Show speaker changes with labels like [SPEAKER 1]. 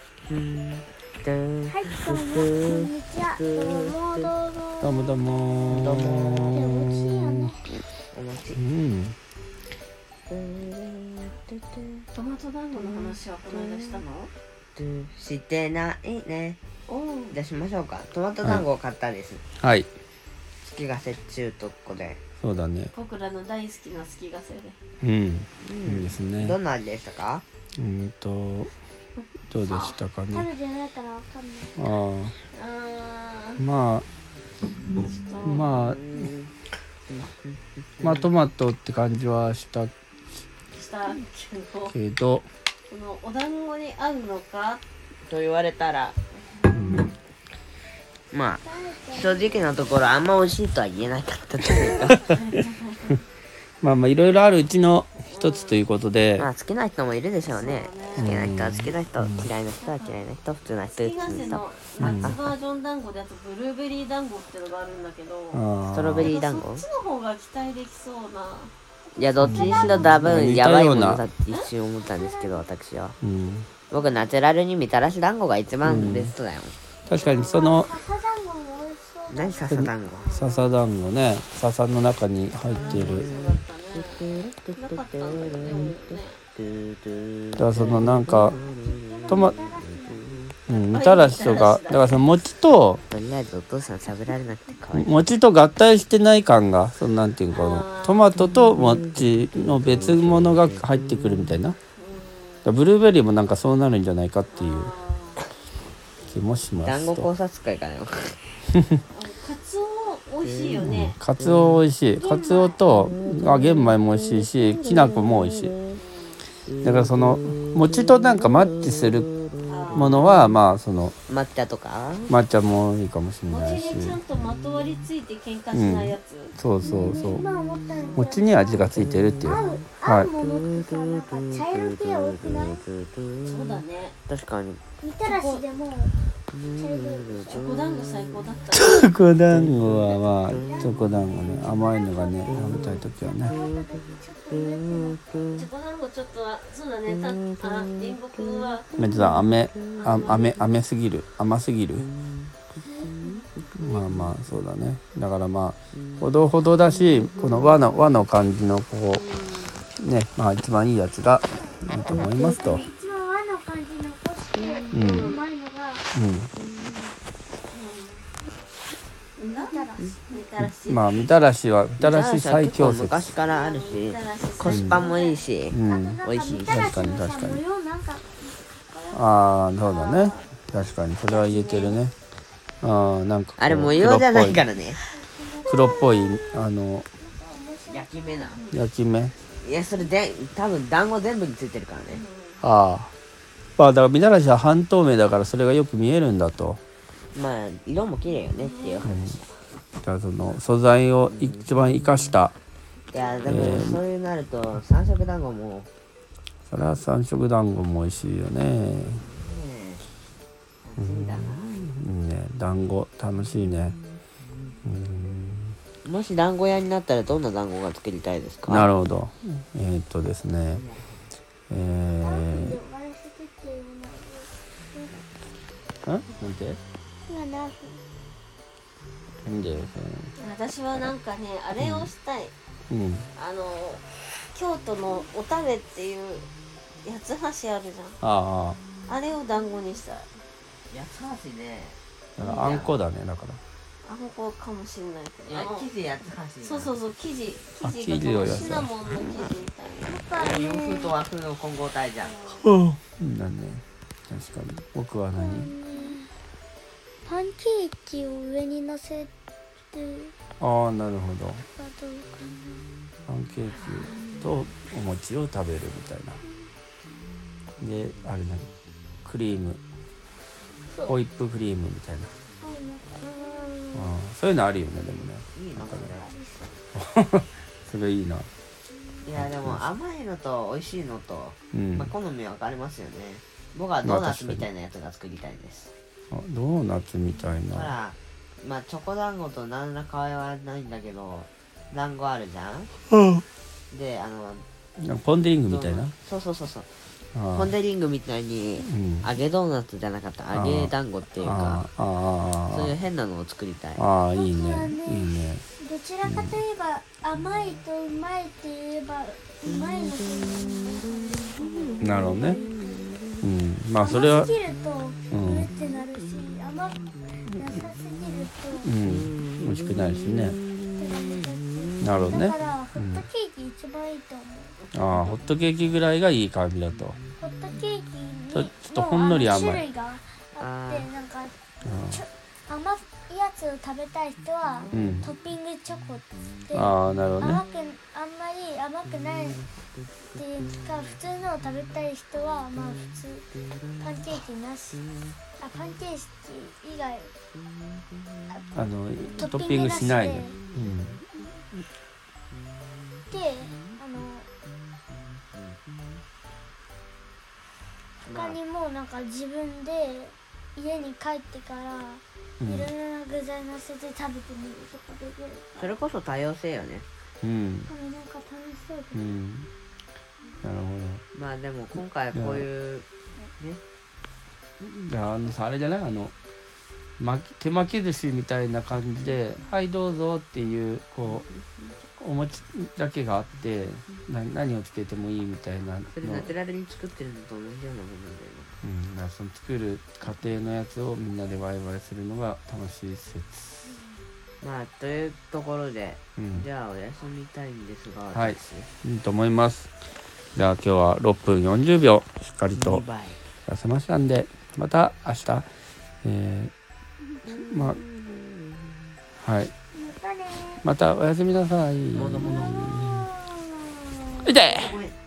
[SPEAKER 1] はい、どうも、こんにちは。どうも、ど
[SPEAKER 2] ど
[SPEAKER 1] う
[SPEAKER 2] う
[SPEAKER 1] も。
[SPEAKER 2] もどうも
[SPEAKER 3] どうも
[SPEAKER 1] でも美味しいよね。
[SPEAKER 3] お餅
[SPEAKER 2] うん
[SPEAKER 4] トマト団子の話はこの間したの
[SPEAKER 3] してないね
[SPEAKER 4] おお
[SPEAKER 3] 出しましょうかトマト団子を買ったんです、
[SPEAKER 2] はい
[SPEAKER 3] 月が雪中とっこで、
[SPEAKER 2] そうだね
[SPEAKER 4] 僕らの大好きな好きがせで
[SPEAKER 2] うん
[SPEAKER 3] う
[SPEAKER 2] いい
[SPEAKER 3] ん
[SPEAKER 2] ですね
[SPEAKER 3] どんな味でしたか
[SPEAKER 2] うんとどうでしたか
[SPEAKER 1] 食
[SPEAKER 2] ね
[SPEAKER 1] べてないからわかんない。
[SPEAKER 2] ああ
[SPEAKER 4] あ
[SPEAKER 2] ま
[SPEAKER 4] ーちょっ
[SPEAKER 2] あ
[SPEAKER 4] と
[SPEAKER 2] まあ
[SPEAKER 3] うん
[SPEAKER 2] まあトマトって感じはした
[SPEAKER 4] したけどこ
[SPEAKER 2] けど、
[SPEAKER 4] のお団子に合うのか
[SPEAKER 3] と言われたら
[SPEAKER 2] うん、
[SPEAKER 3] まあ正直なところあんま美味しいとは言えなかったというか
[SPEAKER 2] まあまあいろいろあるうちの一つということで
[SPEAKER 3] まあ好きな人もいるでしょうね
[SPEAKER 4] そ
[SPEAKER 3] 好
[SPEAKER 4] う
[SPEAKER 3] き
[SPEAKER 2] だ
[SPEAKER 3] な
[SPEAKER 2] ね
[SPEAKER 3] 人は好きな人嫌いな人は嫌いな人普通な人
[SPEAKER 4] 月
[SPEAKER 3] 普
[SPEAKER 4] ヶ
[SPEAKER 3] 通
[SPEAKER 4] 瀬
[SPEAKER 3] な
[SPEAKER 4] の夏バージョン団子であとブルーベリー団子ってのがあるんだけど
[SPEAKER 2] あー
[SPEAKER 3] ストロベリー団
[SPEAKER 4] そ
[SPEAKER 3] 子
[SPEAKER 4] っちの方が期待できそうない
[SPEAKER 3] やどっちにしろ多分
[SPEAKER 2] 似
[SPEAKER 3] や
[SPEAKER 2] た
[SPEAKER 3] ばい
[SPEAKER 2] よ
[SPEAKER 3] も
[SPEAKER 2] うな
[SPEAKER 3] のだって一瞬思ったんですけど私は
[SPEAKER 2] うん、
[SPEAKER 3] 僕ナチュラルにみたらし団子が一番ベストだよ、
[SPEAKER 2] 確かにその
[SPEAKER 1] 笹団子も美味しそうだ。
[SPEAKER 3] 何笹団子
[SPEAKER 2] 笹団子ね笹の中に入っている
[SPEAKER 4] そうだったねなかったんだよね俺もね
[SPEAKER 2] だからそのなんかトマうんみたらしとかだからその餅と
[SPEAKER 3] とりあえずお父さん喋られなくて可愛い
[SPEAKER 2] 餅と合体してない感がそのなんていうのかなトマトと餅の別物が入ってくるみたいなだからブルーベリーもなんかそうなるんじゃないかっていう気もしま
[SPEAKER 3] 団
[SPEAKER 2] す
[SPEAKER 3] 子考
[SPEAKER 2] と
[SPEAKER 3] 察会かなよ
[SPEAKER 4] カツオ美味しいよね
[SPEAKER 2] カツオ美味しいカツオとあ玄米も美味しいしきな粉も美味しいだからその餅となんかマッチするものはまあその
[SPEAKER 3] 抹茶とか
[SPEAKER 2] 抹茶もいいかもしれないし
[SPEAKER 4] 餅にちゃんとまとわりついて喧嘩しないやつ、
[SPEAKER 2] そうそうそう
[SPEAKER 1] 今思ったんだけ
[SPEAKER 2] 餅に味がついてるっていう
[SPEAKER 1] ど、
[SPEAKER 2] は
[SPEAKER 1] 合
[SPEAKER 2] いう
[SPEAKER 1] ものってさ、なんか茶色系多くない
[SPEAKER 4] そうだね
[SPEAKER 3] 確かに
[SPEAKER 1] みたらしでも、茶色い。
[SPEAKER 4] チョコ団子最高だった
[SPEAKER 2] チョコ団子はまあチョコ団子ね甘いのがね食べたい時はね
[SPEAKER 1] 思った時ちょっと上手
[SPEAKER 4] ねチョコ団子ちょっとはそうだねたあ原木は
[SPEAKER 2] めっちゃ飴あ飴飴すぎる甘すぎるまあまあそうだねだからまあほどほどだしこの和の和の感じのこうねまあ一番いいやつがいいと思いますと
[SPEAKER 1] 一番和の感じ残して、
[SPEAKER 2] うん
[SPEAKER 1] うまいのが、
[SPEAKER 4] なんだろうみたらし
[SPEAKER 2] うんまあみたらしはみた
[SPEAKER 3] み
[SPEAKER 2] らし最強
[SPEAKER 3] たらしは結
[SPEAKER 2] 説
[SPEAKER 3] 構昔からあるし
[SPEAKER 4] みたらし
[SPEAKER 3] コスパもいいし
[SPEAKER 2] う
[SPEAKER 1] あとなん
[SPEAKER 2] ん
[SPEAKER 1] か
[SPEAKER 3] 美味しい
[SPEAKER 1] みたらしのさ
[SPEAKER 2] 確かに確かに
[SPEAKER 1] 模様なんか、
[SPEAKER 2] ああそうだね確かにそれは言えてるねああなんかこう
[SPEAKER 3] あれ模様じゃないからね
[SPEAKER 2] 黒っぽい黒っぽいあの
[SPEAKER 3] 焼き目な
[SPEAKER 2] 焼き目
[SPEAKER 3] いやそれで多分団子全部についてるからね
[SPEAKER 2] ああまあだからみたらしは半透明だからそれがよく見えるんだと
[SPEAKER 3] まあ色も綺麗よねっていう話
[SPEAKER 2] だからその素材を一番生かした
[SPEAKER 3] いやでもそういうなると三色団子も
[SPEAKER 2] それは三色団子も美味しいよね
[SPEAKER 3] 楽しみだない
[SPEAKER 2] いね団子楽しいね
[SPEAKER 3] もし団子屋になったらどんな団子が作りたいですか
[SPEAKER 2] なるほどえーっとですねえー、
[SPEAKER 1] 呼ばれててっていう
[SPEAKER 2] んな
[SPEAKER 1] の
[SPEAKER 2] んで
[SPEAKER 1] 今何分
[SPEAKER 2] なんで
[SPEAKER 4] 私はなんかねあれをしたい、
[SPEAKER 2] うん
[SPEAKER 4] あの京都のおたべっていう八つ橋あるじ
[SPEAKER 2] あ
[SPEAKER 4] ゃんあれを団子にしたい
[SPEAKER 3] やつ橋ね
[SPEAKER 2] あだからあんこだねだから
[SPEAKER 4] あんこかもしんないけどあの
[SPEAKER 3] 生やつ橋
[SPEAKER 4] そうそうそう生地生
[SPEAKER 2] あ生
[SPEAKER 4] 地
[SPEAKER 2] 地を
[SPEAKER 4] が
[SPEAKER 2] やった
[SPEAKER 4] シナモンの生地みたいな
[SPEAKER 3] 洋風と和風の混合体じゃん
[SPEAKER 2] うんだね確かに僕は何
[SPEAKER 1] パンケーキを上に乗せる
[SPEAKER 2] ああなるほど
[SPEAKER 1] かどうか
[SPEAKER 2] パンケーキとお餅を食べるみたいなであれ何クリームホイップクリームみたいな、うんそういうのあるよねでもね
[SPEAKER 3] いいのか
[SPEAKER 2] それいいない
[SPEAKER 3] やでも甘いのと美味しいのと、
[SPEAKER 2] うん、
[SPEAKER 3] まあ、好み分かれますよね僕はドーナツみたいなやつが作りたいです、
[SPEAKER 2] あドーナツみたい
[SPEAKER 3] ほ
[SPEAKER 2] な
[SPEAKER 3] らまあチョコ団子と何ら変わりはないんだけど団子あるじゃん、であの
[SPEAKER 2] なんかポン・デリングみたい
[SPEAKER 3] ドー
[SPEAKER 2] な
[SPEAKER 3] ナそうそうそうそう
[SPEAKER 2] ああ
[SPEAKER 3] ポンデリングみたいに
[SPEAKER 2] うん
[SPEAKER 3] 揚げドーナツじゃなかった揚げ団子っていう
[SPEAKER 2] あ
[SPEAKER 3] か
[SPEAKER 2] ああ
[SPEAKER 3] そういう変なのを作りたい
[SPEAKER 2] あああいい
[SPEAKER 1] 僕は
[SPEAKER 2] ね
[SPEAKER 1] ね
[SPEAKER 2] いいね
[SPEAKER 1] どちらかといえば甘いとうまいって言えばうまいのか
[SPEAKER 2] なるほどねうんまあ
[SPEAKER 1] な
[SPEAKER 2] それは
[SPEAKER 1] 甘すぎると
[SPEAKER 2] うん
[SPEAKER 1] うってなるし、甘なさす
[SPEAKER 2] う
[SPEAKER 1] ぎる
[SPEAKER 2] ん美味しくないしね
[SPEAKER 1] と
[SPEAKER 2] なるほどね
[SPEAKER 1] だからホットケーキ一番いいと思う、
[SPEAKER 2] ああホットケーキぐらいがいい感じだと
[SPEAKER 1] ホットケーキに
[SPEAKER 2] ちょちょっとほんのり甘い
[SPEAKER 1] もうあの種類があっ
[SPEAKER 3] あ
[SPEAKER 1] てなんかちょ甘いやつを食べたい人は、
[SPEAKER 2] うん
[SPEAKER 1] トッピングチョコって
[SPEAKER 2] ああなるほどね
[SPEAKER 1] 甘くあんまり甘くないっていうか普通のを食べたい人はまあ普通パンケーキなしあパンケーキ以外
[SPEAKER 2] あの
[SPEAKER 1] ト
[SPEAKER 2] トッ
[SPEAKER 1] ッ
[SPEAKER 2] ピ
[SPEAKER 1] ピ
[SPEAKER 2] ン
[SPEAKER 1] ング
[SPEAKER 2] グ
[SPEAKER 1] なし
[SPEAKER 2] し
[SPEAKER 1] で
[SPEAKER 2] ないで
[SPEAKER 1] であの
[SPEAKER 3] まあ
[SPEAKER 1] 他にもなんか自分で家に帰ってから
[SPEAKER 2] う
[SPEAKER 1] い
[SPEAKER 2] ん
[SPEAKER 1] ろいろな具材のせて食べてみるとかできる
[SPEAKER 3] それこそ多様性よね
[SPEAKER 2] うん
[SPEAKER 1] これなんか楽しそうで
[SPEAKER 2] うん、うん、なる
[SPEAKER 3] まあでも今回こういうね
[SPEAKER 2] ほどじゃああのさあれじゃないあの巻き手巻き寿司みたいな感じで「はいどうぞ」っていうこうお餅だけがあってな何をつけてもいいみたいなの
[SPEAKER 3] それナチュラルに作ってるのと同じようなものだよね
[SPEAKER 2] うん、だからその作る過程のやつをみんなでワイワイするのが楽しい説、
[SPEAKER 3] まあというところで
[SPEAKER 2] うん
[SPEAKER 3] じゃあお休みたいんですが
[SPEAKER 2] はい
[SPEAKER 3] 私
[SPEAKER 2] いいと思いますじゃあ今日は6分40秒しっかりと
[SPEAKER 3] 2倍
[SPEAKER 2] 出せましたんでまた明日えー、まあはい
[SPEAKER 1] またね
[SPEAKER 2] またおやすみなさい
[SPEAKER 3] もどもど
[SPEAKER 1] ー
[SPEAKER 2] 痛い
[SPEAKER 3] ごめん